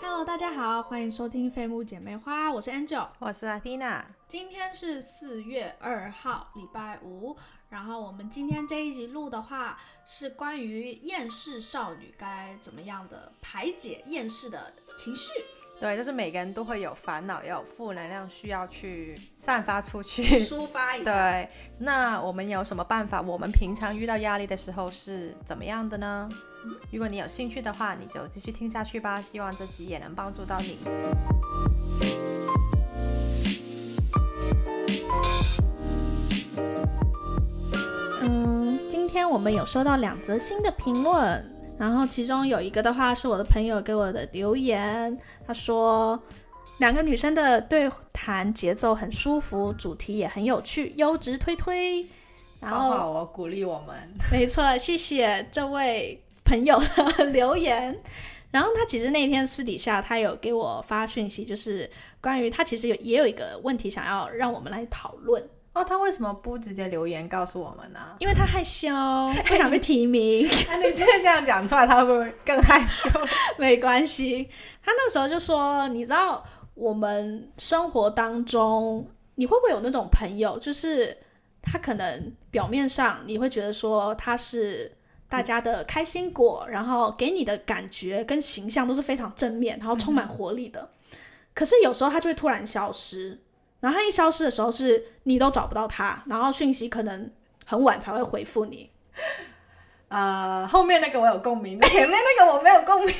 Hello，大家好，欢迎收听废木姐妹花，我是 Angel。我是 Athena，今天是四月二号，礼拜五。然后我们今天这一集录的话，是关于厌世少女该怎么样的排解厌世的情绪。对，就是每个人都会有烦恼，也有负能量需要去 散发出去。抒发一下。对，那我们有什么办法？我们平常遇到压力的时候是怎么样的呢？如果你有兴趣的话，你就继续听下去吧。希望这集也能帮助到你。嗯，今天我们有收到两则新的评论，然后其中有一个的话是我的朋友给我的留言，他说两个女生的对谈节奏很舒服，主题也很有趣，优质推推。然后我鼓励我们。没错，谢谢这位朋友的留言。然后他其实那天私底下他有给我发讯息，就是关于他其实有也有一个问题想要让我们来讨论，？哦，他为什么不直接留言告诉我们呢 因为他害羞，不想被提名。啊、你现在这样讲出来，他会不会更害羞？ 没关系。他那时候就说，你知道我们生活当中，你会不会有那种朋友，就是他可能表面上你会觉得说他是大家的开心果，然后给你的感觉跟形象都是非常正面，然后充满活力的。可是有时候他就会突然消失，然后他一消失的时候是你都找不到他，然后讯息可能很晚才会回复你。呃，后面那个我有共鸣，前面那个我没有共鸣。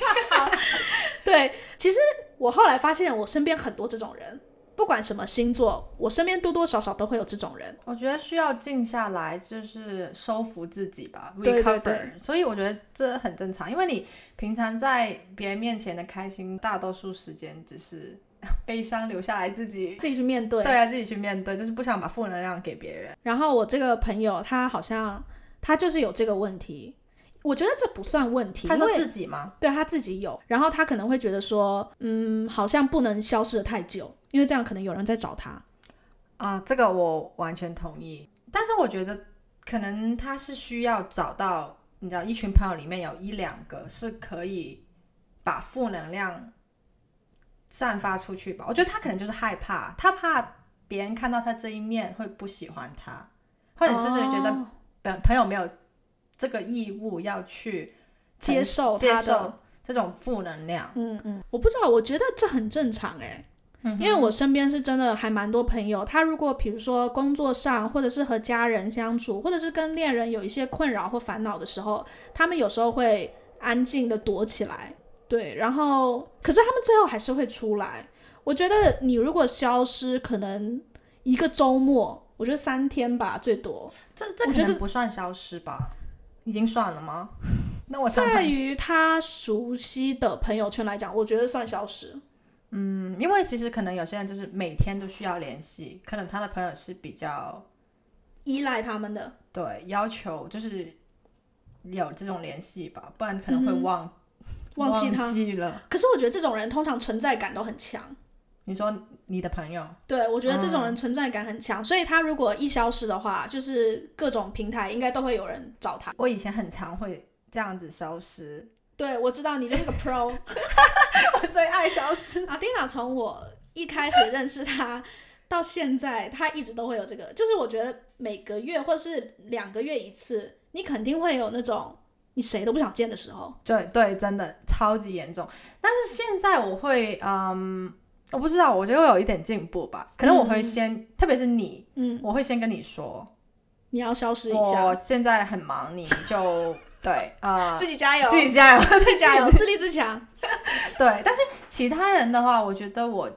对，其实我后来发现，我身边很多这种人，不管什么星座，我身边多多少少都会有这种人。我觉得需要静下来，就是收服自己吧，recover。对对对所以我觉得这很正常，因为你平常在别人面前的开心，大多数时间只是 悲伤留下来自己，自己去面对。对啊，自己去面对，就是不想把负能量给别人。然后我这个朋友，他好像他就是有这个问题，我觉得这不算问题，他说因为自己吗？对他自己有，然后他可能会觉得说，嗯，好像不能消失的太久，因为这样可能有人在找他。啊，这个我完全同意，但是我觉得可能他是需要找到，你知道，一群朋友里面有一两个是可以把负能量散发出去吧。我觉得他可能就是害怕，他怕别人看到他这一面会不喜欢他，或者是觉得哦本朋友没有这个义务要去接受接他的受这种负能量。嗯嗯，我不知道，我觉得这很正常哎、因为我身边是真的还蛮多朋友，他如果比如说工作上，或者是和家人相处，或者是跟恋人有一些困扰或烦恼的时候，他们有时候会安静的躲起来，对，然后可是他们最后还是会出来。我觉得你如果消失，可能一个周末，我觉得三天吧，最多，这这我可觉得能不算消失吧？已经算了吗？ 那我想想在于他熟悉的朋友圈来讲，我觉得算消失。嗯，因为其实可能有些人就是每天都需要联系，可能他的朋友是比较依赖他们的，对要求就是有这种联系吧，不然可能嗯会哼忘、忘记他。了。可是我觉得这种人通常存在感都很强，你说你的朋友，对我觉得这种人存在感很强，所以他如果一消失的话，就是各种平台应该都会有人找他。我以前很常会这样子消失， 对我知道你 就是个 pro，我最爱消失。阿丁娜从我一开始认识他到现在，他一直都会有这个，就是我觉得每个月或是两个月一次，你肯定会有那种你谁都不想见的时候。对对，真的超级严重。但是现在我会，嗯，我不知道，我觉得有一点进步吧。可能我会嗯先，特别是你，嗯，我会先跟你说，你要消失一我下，现在很忙，你就对啊。自己加油，自己加油，自己加油，自立自强。对，但是其他人的话，我觉得我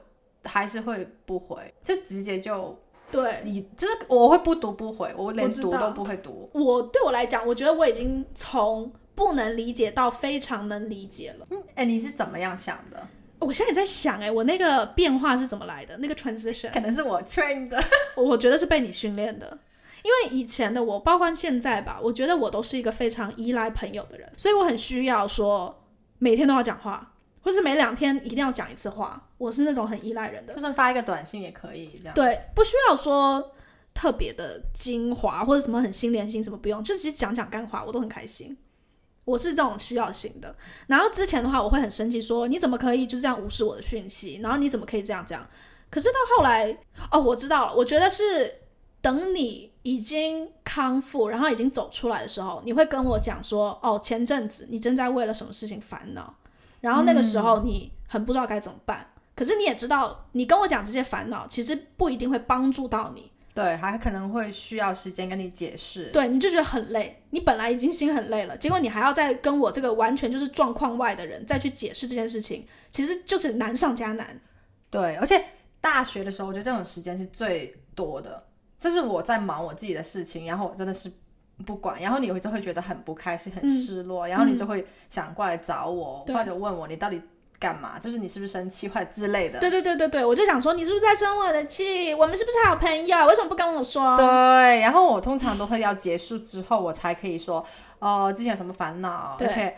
还是会不回，就直接就对，以就是我会不读不回，我连知读道都不会读。我对我来讲，我觉得我已经从不能理解到非常能理解了。嗯，哎，你是怎么样想 的？我现在也在想，哎，我那个变化是怎么来的？那个 transition，可能是我 train 的。我我觉得是被你训练的。因为以前的我，包括现在吧，我觉得我都是一个非常依赖朋友的人，所以我很需要说每天都要讲话，或是每两天一定要讲一次话。我是那种很依赖人的，就算发一个短信也可以这样。对，不需要说特别的精华或者什么很心连心什么不用，就只是讲讲干话，我都很开心。我是这种需要型的。然后之前的话，我会很生气说，你怎么可以就这样无视我的讯息？然后你怎么可以这样这样？可是到后来，哦，我知道了，我觉得是等你已经康复，然后已经走出来的时候，你会跟我讲说，哦，前阵子你正在为了什么事情烦恼，然后那个时候你很不知道该怎么办。可是你也知道，你跟我讲这些烦恼，其实不一定会帮助到你。对，还可能会需要时间跟你解释。对，你就觉得很累。你本来已经心很累了，结果你还要再跟我这个完全就是状况外的人再去解释这件事情，其实就是难上加难。对，而且大学的时候，我觉得这种时间是最多的。这是我在忙我自己的事情，然后我真的是不管，然后你会就会觉得很不开心、很嗯失落，然后你就会想过来找我，对或者问我你到底干嘛，就是你是不是生气或者之类的。对对对对对，我就想说，你是不是在生我的气？我们是不是好朋友？为什么不跟我说？对，然后我通常都会要结束之后，我才可以说，哦、之前有什么烦恼，而对且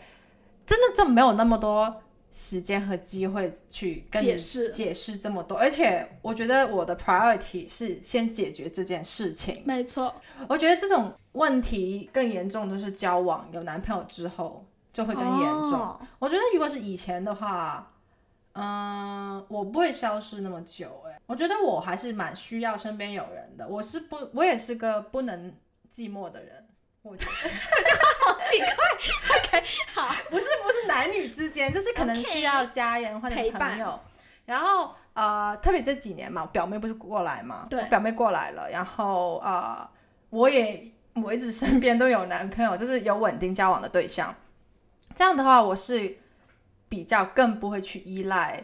真的就没有那么多时间和机会去跟你解释解释这么多，而且我觉得我的 priority 是先解决这件事情。没错，我觉得这种问题更严重的是交往有男朋友之后就会更严重。哦我觉得如果是以前的话，嗯、我不会消失那么久、欸。哎，我觉得我还是蛮需要身边有人的。我是不，我也是个不能寂寞的人。我觉得好，不是不是男女之间，就是可能 OK 需要家人或者陪朋伴友。然后呃，特别这几年嘛，我表妹不是过来嘛，对我表妹过来了，然后呃，我也我一直身边都有男朋友，就是有稳定交往的对象。这样的话，我是比较更不会去依赖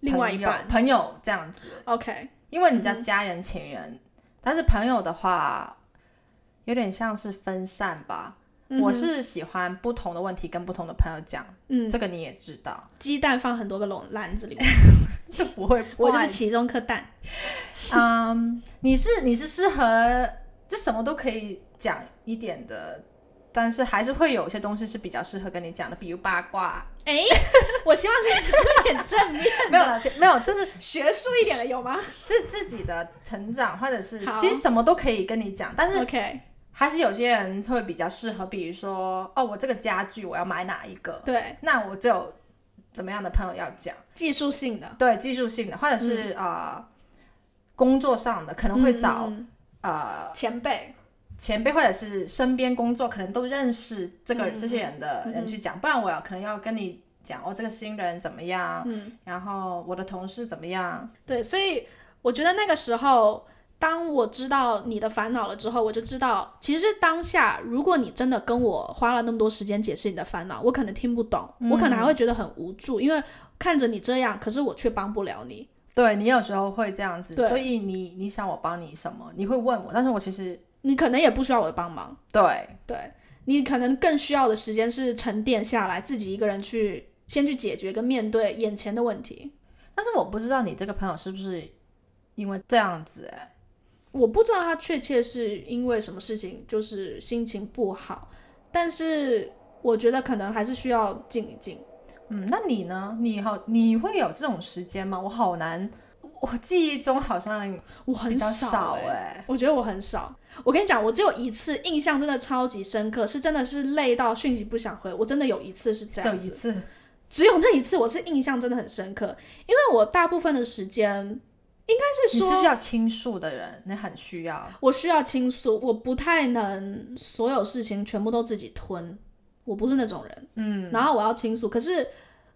另外一半。朋友朋友这样子， OK，因为你叫家人、情人，嗯但是朋友的话，有点像是分散吧。嗯我哼是喜欢不同的问题跟不同的朋友讲，嗯，这个你也知道，鸡蛋放很多个笼篮子里 面，就不 会我就坏是其中颗蛋。嗯，你是你是适合这什么都可以讲一点的，但是还是会有一些东西是比较适合跟你讲的，比如八卦，哎，我希望是有点正 面、没有了，没有，就是学术一点的，有吗自自己的成长或者是好其实什么都可以跟你讲，但是？OK，还是有些人会比较适合，比如说，哦，我这个家具我要买哪一个，对，那我就有怎么样的朋友要讲，技术性的对技术性的，或者是啊、呃工作上的，可能会找、嗯呃前辈。前辈或者是身边工作可能都认识这个、嗯这些人的人去讲，不然我要可能要跟你讲哦，这个新人怎么样，嗯、然后我的同事怎么样，对，所以我觉得那个时候，当我知道你的烦恼了之后，我就知道，其实当下如果你真的跟我花了那么多时间解释你的烦恼，我可能听不懂，我可能还会觉得很无助，因为看着你这样，可是我却帮不了你。对你有时候会这样子，对所以你你想我帮你什么，你会问我，但是我其实你可能也不需要我的帮忙，对。对你可能更需要的时间是沉淀下来，自己一个人去先去解决跟面对眼前的问题。但是我不知道你这个朋友是不是因为这样子、哎，我不知道他确切是因为什么事情，就是心情不好，但是我觉得可能还是需要静一静。嗯，那你呢？你好，你会有这种时间吗？我好难，我记忆中好像我很比较少哎、欸我觉得我很少。我跟你讲，我只有一次印象真的超级深刻，是真的是累到讯息不想回。我真的有一次是这只有样一子，次。只有那一次我是印象真的很深刻，因为我大部分的时间应该是你说是需要倾诉的人，你很需要。我需要倾诉，我不太能所有事情全部都自己吞，我不是那种人。嗯，然后我要倾诉，可是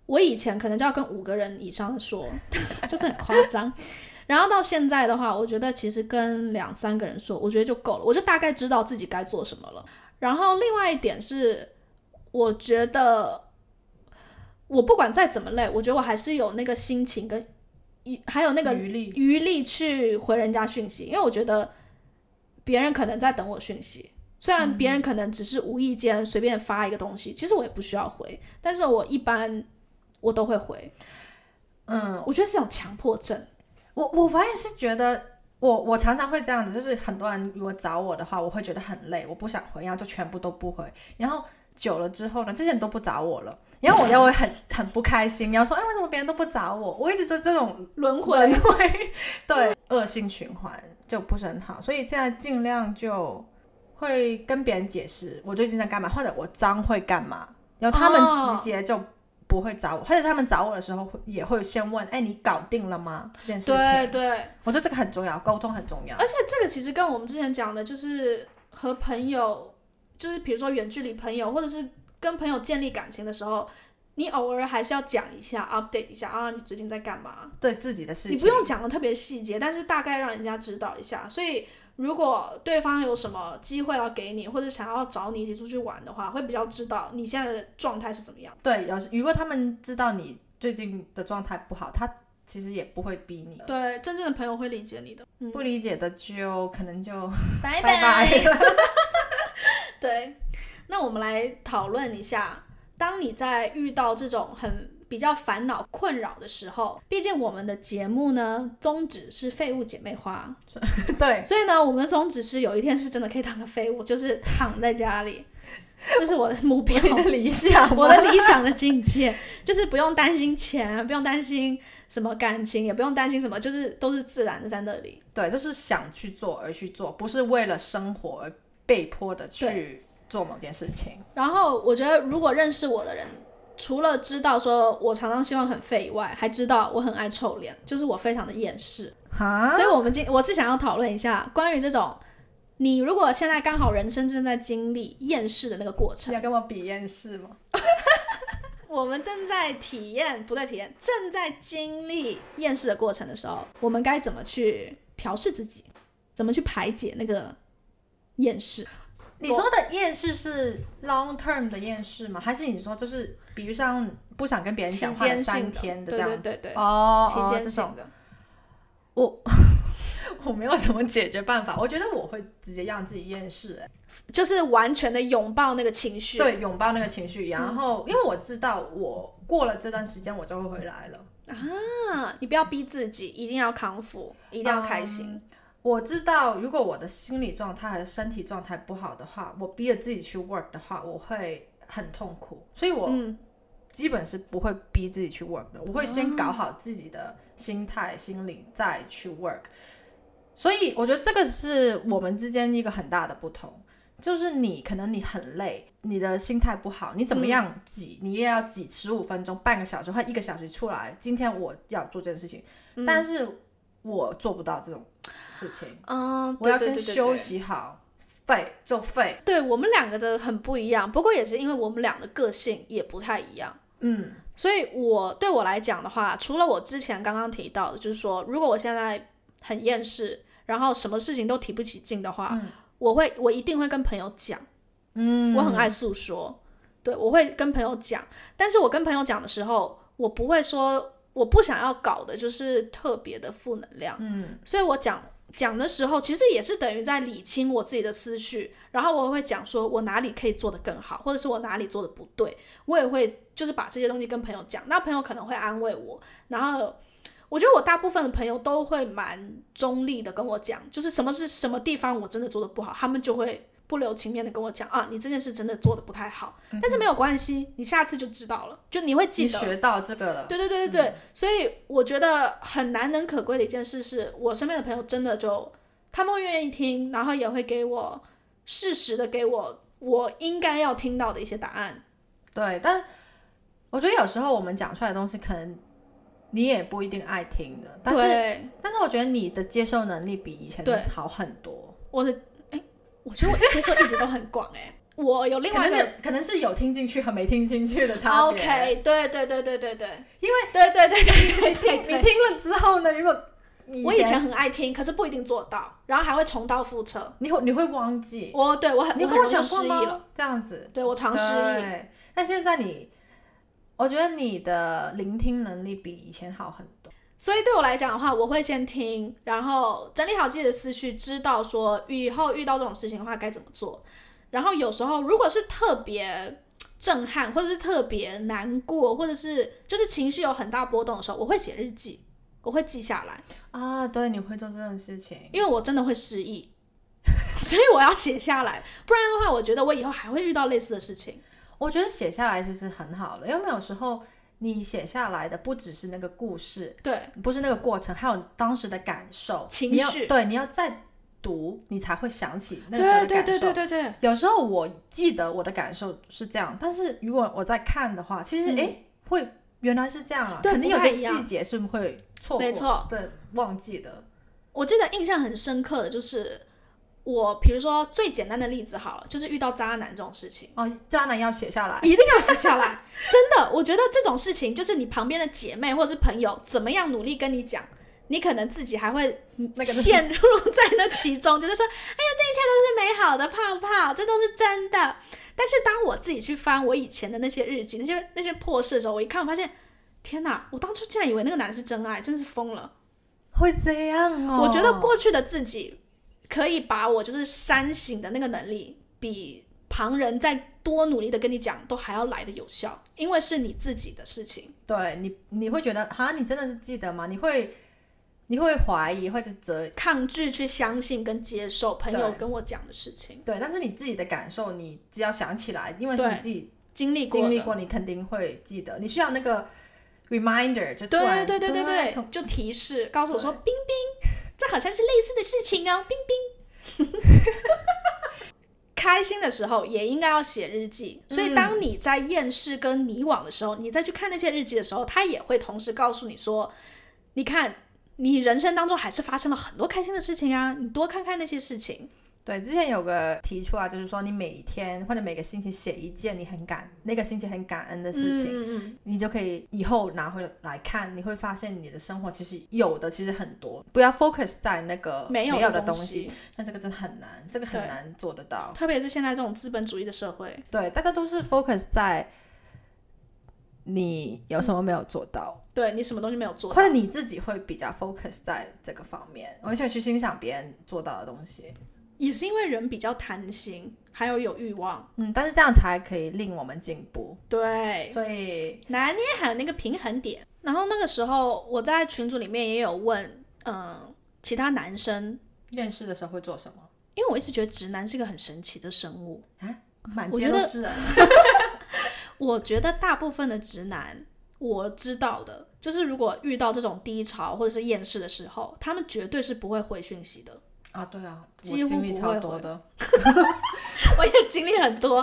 我以前可能就要跟五个人以上说， 就是很夸张。然后到现在的话，我觉得其实跟两三个人说，我觉得就够了，我就大概知道自己该做什么了。然后另外一点是，我觉得我不管再怎么累，我觉得我还是有那个心情跟一还有那个余力，余力去回人家讯息，因为我觉得别人可能在等我讯息。虽然别人可能只是无意间随便发一个东西，其实我也不需要回，但是我一般我都会回。嗯，我觉得是种强迫症，我我反而是觉得。我我常常会这样子，就是很多人如果找我的话，我会觉得很累，我不想回，然后就全部都不回。然后久了之后呢，这些人都不找我了，然后我又会很很不开心，然后说，哎，为什么别人都不找我？我一直是这种轮回轮。 回，对，恶性循环就不是很好，所以现在尽量就会跟别人解释我最近在干嘛，或者我将会干嘛，然后他们哦直接就不会找我，或者他们找我的时候会也会先问，哎，你搞定了吗？这件事情，对呃对，我觉得这个很重要，沟通很重要。而且这个其实跟我们之前讲的，就是和朋友，就是比如说远距离朋友，或者是跟朋友建立感情的时候，你偶尔还是要讲一下，update 一下啊，你最近在干嘛？对自己的事情，你不用讲的特别细节，但是大概让人家知道一下。所以如果对方有什么机会要给你，或者想要找你一起出去玩的话，会比较知道你现在的状态是怎么样。对，要是如果他们知道你最近的状态不好，他其实也不会逼你。对，真正的朋友会理解你的。嗯，不理解的就可能就拜拜拜。 对，那我们来讨论一下，当你在遇到这种很比较烦恼、困扰的时候，毕竟我们的节目呢宗旨是废物姐妹花，对，所以呢，我们的宗旨是有一天是真的可以当个废物，就是躺在家 里，这是我的目标。你的理想吗，我的理想的境界就是不用担心钱，不用担心什么感情，也不用担心什么，就是都是自然的在那里。对，就是想去做而去做，不是为了生活而被迫的去做某件事情。然后我觉得，如果认识我的人，除了知道说我常常希望很废以外，还知道我很爱臭脸，就是我非常的厌世。哈，所以，我们今我是想要讨论一下关于这种，你如果现在刚好人生正在经历厌世的那个过程，要跟我比验是吗？我们正在体验不对，体验正在经历厌世的过程的时候，我们该怎么去调试自己，怎么去排解那个厌世？你说的厌世是 long term 的厌世吗？还是你说就是，比如像不想跟别人讲期话的间性三天的，这对样对子？对对，哦，期哦间这性种的。我没有什么解决办法，我觉得我会直接让自己厌世、哎就是完全的拥抱那个情绪。对，拥抱那个情绪，然后、因为我知道我过了这段时间我就会回来了，啊，你不要逼自己，一定要康复，一定要开心。嗯我知道如果我的心理状态和身体状态不好的话，我逼着自己去 work 的话，我会很痛苦，所以我嗯基本是不会逼自己去 work 的，我会先搞好自己的心态、心理再去 work。所以我觉得这个是我们之间一个很大的不同，就是你可能你很累，你的心态不好，你怎么样挤，你也要挤十五分钟、半个小时或一个小时出来。今天我要做这件事情，嗯但是我做不到这种事情，嗯，我要对先对对对休对息好，废就废，对我们两个的很不一样，不过也是因为我们俩的个性也不太一样。嗯，所以我对我来讲的话，除了我之前刚刚提到的，就是说，如果我现在很厌世，然后什么事情都提不起劲的话，我会我一定会跟朋友讲，嗯，我很爱诉说，对我会跟朋友讲，但是我跟朋友讲的时候，我不会说我不想要搞的就是特别的负能量，嗯，所以我讲。讲的时候，其实也是等于在理清我自己的思绪，然后我会讲说我哪里可以做得更好，或者是我哪里做的不对，我也会就是把这些东西跟朋友讲，那朋友可能会安慰我，然后我觉得我大部分的朋友都会蛮中立的跟我讲，就是什么是什么地方我真的做的不好，他们就会不留情面的跟我讲啊，你这件事真的做的不太好，但是没有关系，你下次就知道了，就你会记你得。学到这个了，对对对对对，所以我觉得很难能可贵的一件事是，我身边的朋友真的就他们会愿意听，然后也会给我适时的给我我应该要听到的一些答案。对，但我觉得有时候我们讲出来的东西，可能你也不一定爱听的，但是对，但是我觉得你的接受能力比以前对好很多。我的哎、我觉得我接受一直都很广哎、我有另外一可能 个有可能是有听进去和没听进去的差别。啊 OK，对对对对对对，因为对对对对对 你对听你听了之后呢，如果你我以前很爱听，可是不一定做到，然后还会重蹈覆辙。你会你会忘记，我对我很你有我跟很我容易讲失过忆吗？了，这样子，对我常失忆。对。但现在你，我觉得你的聆听能力比以前好很多。所以对我来讲的话，我会先听，然后整理好自己的思绪，知道说以后遇到这种事情的话该怎么做。然后有时候如果是特别震撼，或者是特别难过，或者是就是情绪有很大波动的时候，我会写日记，我会记下来，啊，对，你会做这种事情。因为我真的会失忆， 所以我要写下来，不然的话，我觉得我以后还会遇到类似的事情。我觉得写下来其实很好的，因为有时候你写下来的不只是那个故事，对，不是那个过程，还有当时的感受、情你要绪对，你要再读，你才会想起那个时候的对感受。对对对对对，有时候我记得我的感受是这样，但是如果我在看的话，其实嗯诶会原来是这样啊，对肯定不有太些一样细节是会错过，没错，对，忘记的，我记得印象很深刻的就是我，比如说最简单的例子好了，就是遇到渣男这种事情。哦，渣男要写下来，一定要写下来，真的，我觉得这种事情就是你旁边的姐妹或者是朋友怎么样努力跟你讲，你可能自己还会那个陷入在那其中，就是说，哎呀，这一切都是美好的泡泡，这都是真的。但是当我自己去翻我以前的那些日记，那些那些破事的时候，我一看，我发现，天哪，我当初竟然以为那个男是真爱，真是疯了。会这样哦。我觉得过去的自己可以把我就是煽醒的那个能力，比旁人再多努力的跟你讲都还要来的有效，因为是你自己的事情。对你，你会觉得哈，你真的是记得吗？你会，你会怀疑或者责抗拒去相信跟接受朋友对跟我讲的事情，对，但是你自己的感受，你只要想起来，因为是对你自己经历过经的。历过，你肯定会记得。你需要那个 reminder，就突对然对对对对，从对，就提示告诉我说，对冰冰，这好像是类似的事情哦，冰冰。 开心的时候也应该要写日记，所以嗯当你在厌世跟迷惘的时候，你再去看那些日记的时候，它也会同时告诉你说，你看，你人生当中还是发生了很多开心的事情啊，你多看看那些事情。对，之前有个提出啊，就是说你每天或者每个星期写一件你很感那个星期很感恩的事情，嗯嗯你就可以以后拿回来看，你会发现你的生活其实有的其实很多，不要 focus 在那个嗯，没有有的东西，，但这个真的很难，这个很对难做得到。特别是现在这种资本主义的社会，对，大家都是 focus 在你有什么没有做到，对你什么东西没有嗯做或到者你自己会比较 focus 在这个方面，而且去欣赏别人做到的东西。也是因为人比较贪心，还有有欲望，嗯，但是这样才可以令我们进步。对，所以，拿捏好那个平衡点。然后那个时候我在群组里面也有问，嗯、其他男生，面试的时候会做什么？因为我一直觉得直男是一个很神奇的生物，满我街觉都得是人， 我觉得大部分的直男，我知道的，就是如果遇到这种低潮或者是厌世的时候，他们绝对是不会回讯息的。啊，对啊，我几乎经历不超会多回的。 我也经历很多，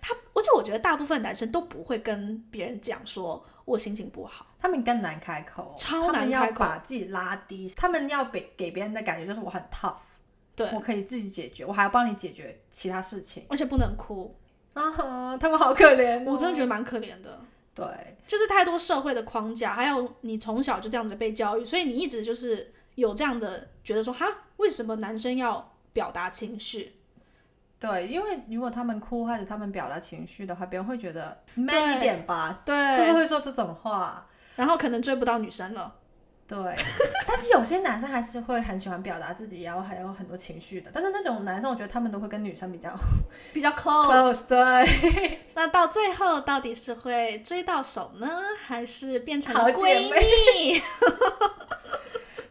他，而且我觉得大部分男生都不会跟别人讲说我心情不好。他们更难开口，超他们难要开口把自己拉低，他们要给给别人的感觉就是我很 tough，对，我可以自己解决，我还要帮你解决其他事情。而且不能哭，啊哈，他们好可怜、我真的觉得得蛮可怜的。对，就是太多社会的框架，还有你从小就这样子被教育，所以你一直就是有这样的觉得说，哈，为什么男生要表达情绪？对，因为如果他们哭或者他们表达情绪的话，别人会觉得 man 一点吧，就是对，会说这种话。然后可能追不到女生了。 对，但是有些男生还是会很喜欢表达自己，然后还有很多情绪的。但是那种男生，我觉得他们都会跟女生比哦较比较 close， close，对，那到最后到底是会追到手呢，还是变成好姐闺蜜？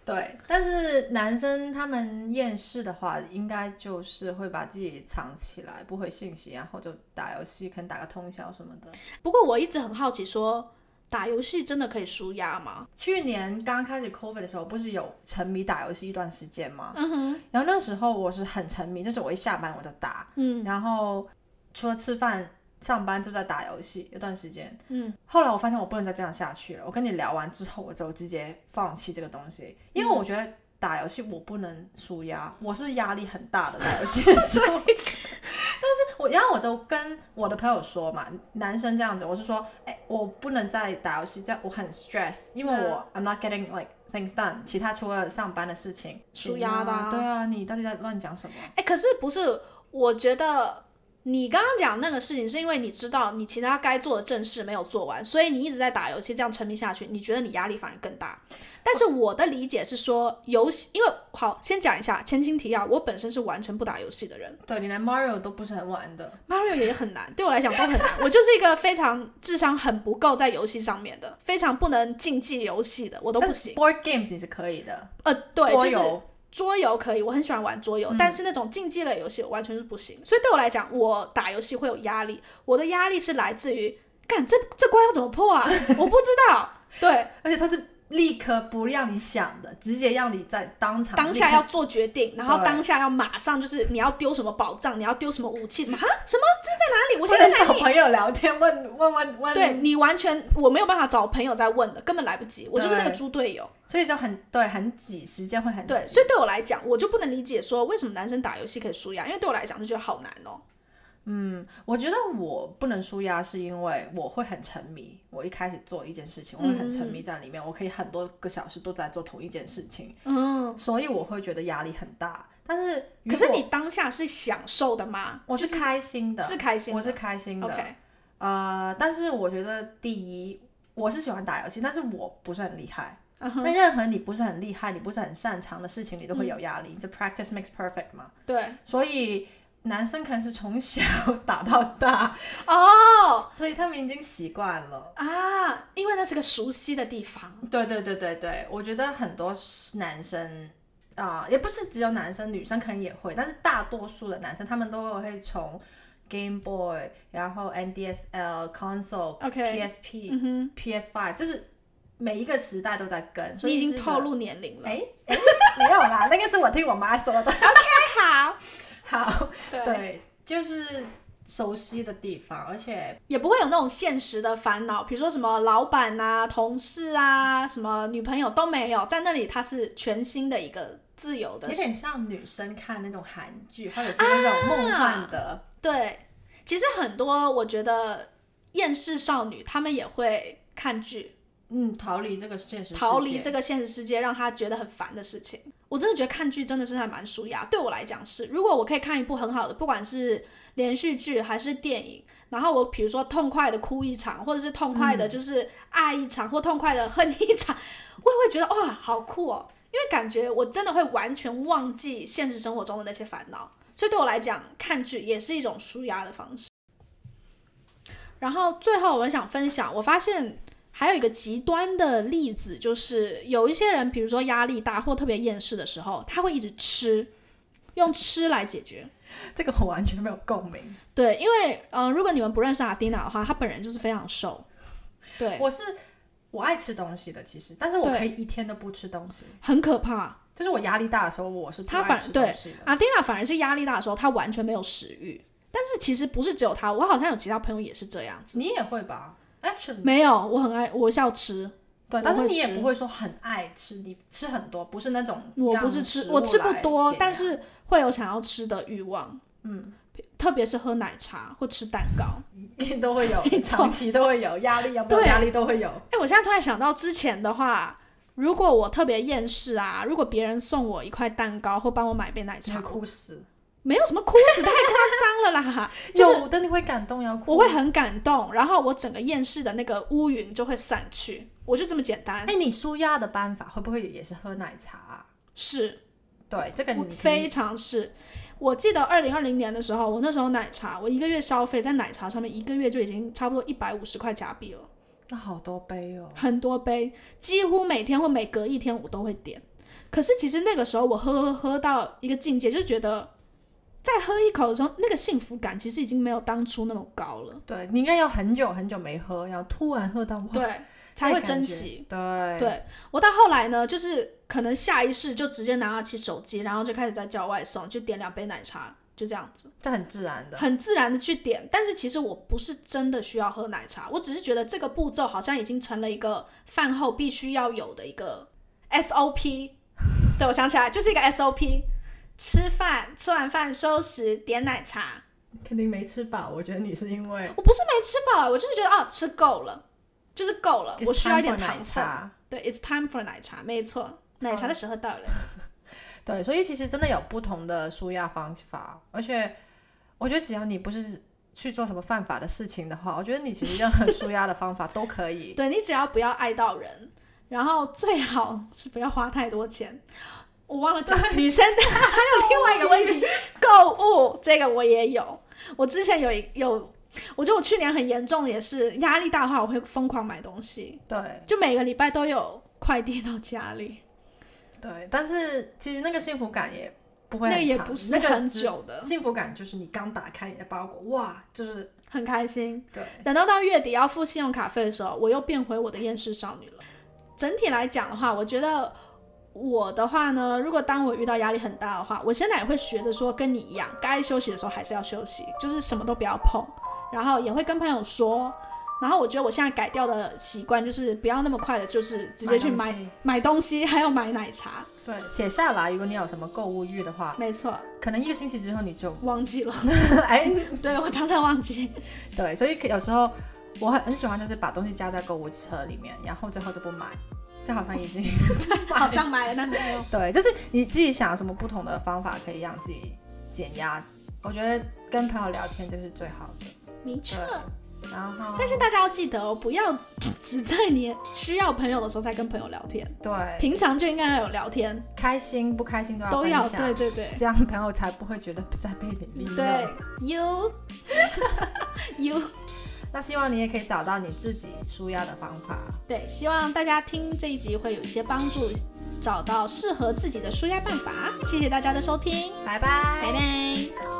对，但是男生他们厌世的话，应该就是会把自己藏起来，不回信息，然后就打游戏，可能打个通宵什么的。不过我一直很好奇说打游戏真的可以舒压吗？去年刚开始 COVID 的时候，不是有沉迷打游戏一段时间吗？嗯哼，然后那时候我是很沉迷，就是我一下班我就打，嗯然后除了吃饭、上班就在打游戏，有段时间。嗯，后来我发现我不能再这样下去了。我跟你聊完之后，我就直接放弃这个东西，因为嗯我觉得打游戏我不能输压，我是压力很大的打游 戏的时候。但是我，然后我就跟我的朋友说嘛，男生这样子，我是说，哎，我不能再打游戏，这样我很 stress，因为我、I'm 嗯 not getting like things done，其他除了上班的事情，舒压的啊对啊，你到底在乱讲什么？哎、可是不是？我觉得你刚刚讲那个事情，是因为你知道你其他该做的正事没有做完，所以你一直在打游戏，这样沉迷下去，你觉得你压力反而更大。但是我的理解是说，游戏，因为好，先讲一下前情提要，我本身是完全不打游戏的人对，你连 Mario 都不是很玩的。 ，Mario 也很难，对我来讲都很难。我就是一个非常智商很不够在游戏上面的，非常不能竞技游戏的，我都不但行。 Board games 你是可以的，呃，对，桌就是游桌游可以，我很喜欢玩桌嗯游，但是那种竞技类游戏我完全是不行。所以对我来讲，我打游戏会有压力，我 的压力是来自于，干这这关要怎么破啊？我不知道。对而且它是立刻不让你想的，直接让你在当场当立下刻要做决定，然后对当下要马上就是你要丢什么宝藏，你要丢什么武器，什么哈什么这在哪里？我现在在不哪能找里？朋友聊天，问问问问，对，你完全我没有办法找朋友在问的，根本来不及。我就是那个对猪队友。所以就很对，很挤，时间会很对，挤所以对我来讲，我就不能理解说为什么男生打游戏可以输压，因为对我来讲就觉得好难哦。我觉得我不能输压，是因为我会很沉迷。我一开始做一件事情，我会很沉迷在里面，我可以很多个小时都在做同一件事情，嗯，所以我会觉得压力很大。但是如可果，是你当下是享受的吗？我就是开心的，是开心的，我是开心的。 OK，呃，但是我觉得第一，我是喜欢打游戏，但是我不是很厉害。嗯那、任何你不是很厉害、你不是很擅长的事情，你都会有压力。这 practice makes perfect 嘛，对所以男生可能是从小 打到大， 哦所以他们已经习惯了。啊，因为那是个熟悉的地方。对对对对对，我觉得很多男生啊、也不是只有男生，女生可能也会，但是大多数的男生他们都会从 Game Boy，然后 NDSL、console、 OK PSP、嗯哼， PS Five，就是每一个时代都在跟，所你以已经是一个透露年龄了。哎哎 没有啦，那个是我听我妈说的。太哎好， 好，对 对，就是熟悉的地方，而且也不会有那种现实的烦恼，比如说什么老板啊、同事啊、什么女朋友都没有，在那里他是全新的一个自由的有，点啊像女生看那种韩剧，或者是那种梦幻的。对。其实很多我觉得厌世少女她们也会看剧，嗯，逃离这个现实，逃离这。个现实世界，让她觉得很烦的事情。我真的觉得看剧真的是还蛮舒压，对我来讲是。如果我可以看一部很好的，不管是连续剧还是电影，然后我比如说痛快的哭一场，或者是痛快的就是爱一场，或痛快的恨一场，我也会觉得哇，好酷哦！因为感觉我真的会完全忘记现实生活中的那些烦恼，所以对我来讲，看剧也是一种舒压的方式。然后最后，我想分享，我发现还有一个极端的例子，就是有一些人，比如说压力大或特别厌世的时候，他会一直吃，用吃来解决。这个我完全没有共鸣。对，因为嗯、呃如果你们不认识阿蒂娜的话，她本人就是非常瘦，对，我是我爱吃东西的，其实，但是我对可以一天都不吃东西。很可怕。就是我压力大的时候，我是不他爱反吃东对西的。阿蒂娜反而是压力大的时候，她完全没有食欲。但是其实不是只有她，我好像有其他朋友也是这样子。你也会吧？Actually，没有，我很爱，我是要吃，对，我但是会你也吃不会说很爱吃，你吃很多，不是那种我不让是食吃，物我吃不来多解，但压是会有想要吃的欲望。嗯，特别是喝奶茶或吃蛋糕。 都会有，没错长期都会有压力，有没有对压力都会有。哎，我现在突然想到之前的话，如果我特别厌世啊，如果别人送我一块蛋糕或帮我买杯奶你会茶，哭死，没有什么哭死，太夸张了啦。就是有的你会感动要哭。我会很感动，然后我整个厌世的那个乌云就会散去，我就这么简单。哎，你舒压的办法会不会也是喝奶茶啊？是，对，这个我你可以非常是。我记得二零二零年的时候，我那时候奶茶，我一个月消费在奶茶上面，一个月就已经差不多一百五十块加币了，那好多杯哦。很多杯，几乎每天或每隔一天我都会点。可是其实那个时候我喝喝喝到一个境界，就觉得再喝一口的时候，那个幸福感其实已经没有当初那么高了，对你应该要很久很久没喝，然后突然喝到哇，对，才那会感觉珍惜。。对对我到后来呢，就是可能下意识就直接拿起手机，然后就开始在叫外送，就点两杯奶茶，就这样子，这很自然的。很自然的去点。但是其实我不是真的需要喝奶茶，我只是觉得这个步骤好像已经成了一个饭后必须要有的一个 SOP。对， 我想起来，就是一个 SOP。吃饭，吃完饭收拾，点奶茶。肯定没吃饱，我觉得你是因为我不是没吃饱，我就是觉得哦，吃够了，就是够了，我需要一点 It's time for 糖奶分。茶。对，It's time for 奶茶，没错，奶茶的时候到了。对，所以其实真的有不同的舒压方法，而且我觉得只要你不是去做什么犯法的事情的话，我觉得你其实任何舒压的方法都 可以。对你只要不要爱到人，然后最好是不要花太多钱。我忘了 讲，女生还有另外一个问题，购物这个我也有。我之前有一有，我觉得我去年很严重，也是压力大的话，我会疯狂买东西，对就每个礼拜都有快递到家里，对，但是其实那个幸福感也不会那很个也长不是那很个只久的，幸福感就是你刚打开你的包裹，哇，就是很开心。对。等到到月底要付信用卡费的时候，我又变回我的厌世少女了。整体来讲的话，我觉得我的话呢，如果当我遇到压力很大的话，我现在也会学着说跟你一样，该休息的时候还是要休息，就是什么都不要碰，然后也会跟朋友说。然后我觉得我现在改掉的习惯就是不要那么快的，就是直接去买东西买东西，还有买奶茶。对，写下来。如果你有什么购物欲的话，没错，可能一个星期之后你就， 忘记了， 哎，对我常常忘记。对，所以有时候我很很喜欢，就是把东西加在购物车里面，然后最后就不买。这好像已经好像买了，但没有。对，就是你自己想什么不同的方法可以让自己减压。我觉得跟朋友聊天就是最好的。没错，对，然后但是大家要记得哦，不要 只在你需要朋友的时候才跟朋友聊天，对平常就应该要有聊天，开心不开心都要都分要。享对对对这样朋友才不会觉得在被你利用。对，you you 那希望你也可以找到你自己舒压的方法。对，希望大家听这一集会有一些帮助，找到适合自己的舒压办法。谢谢大家的收听，拜拜，拜拜。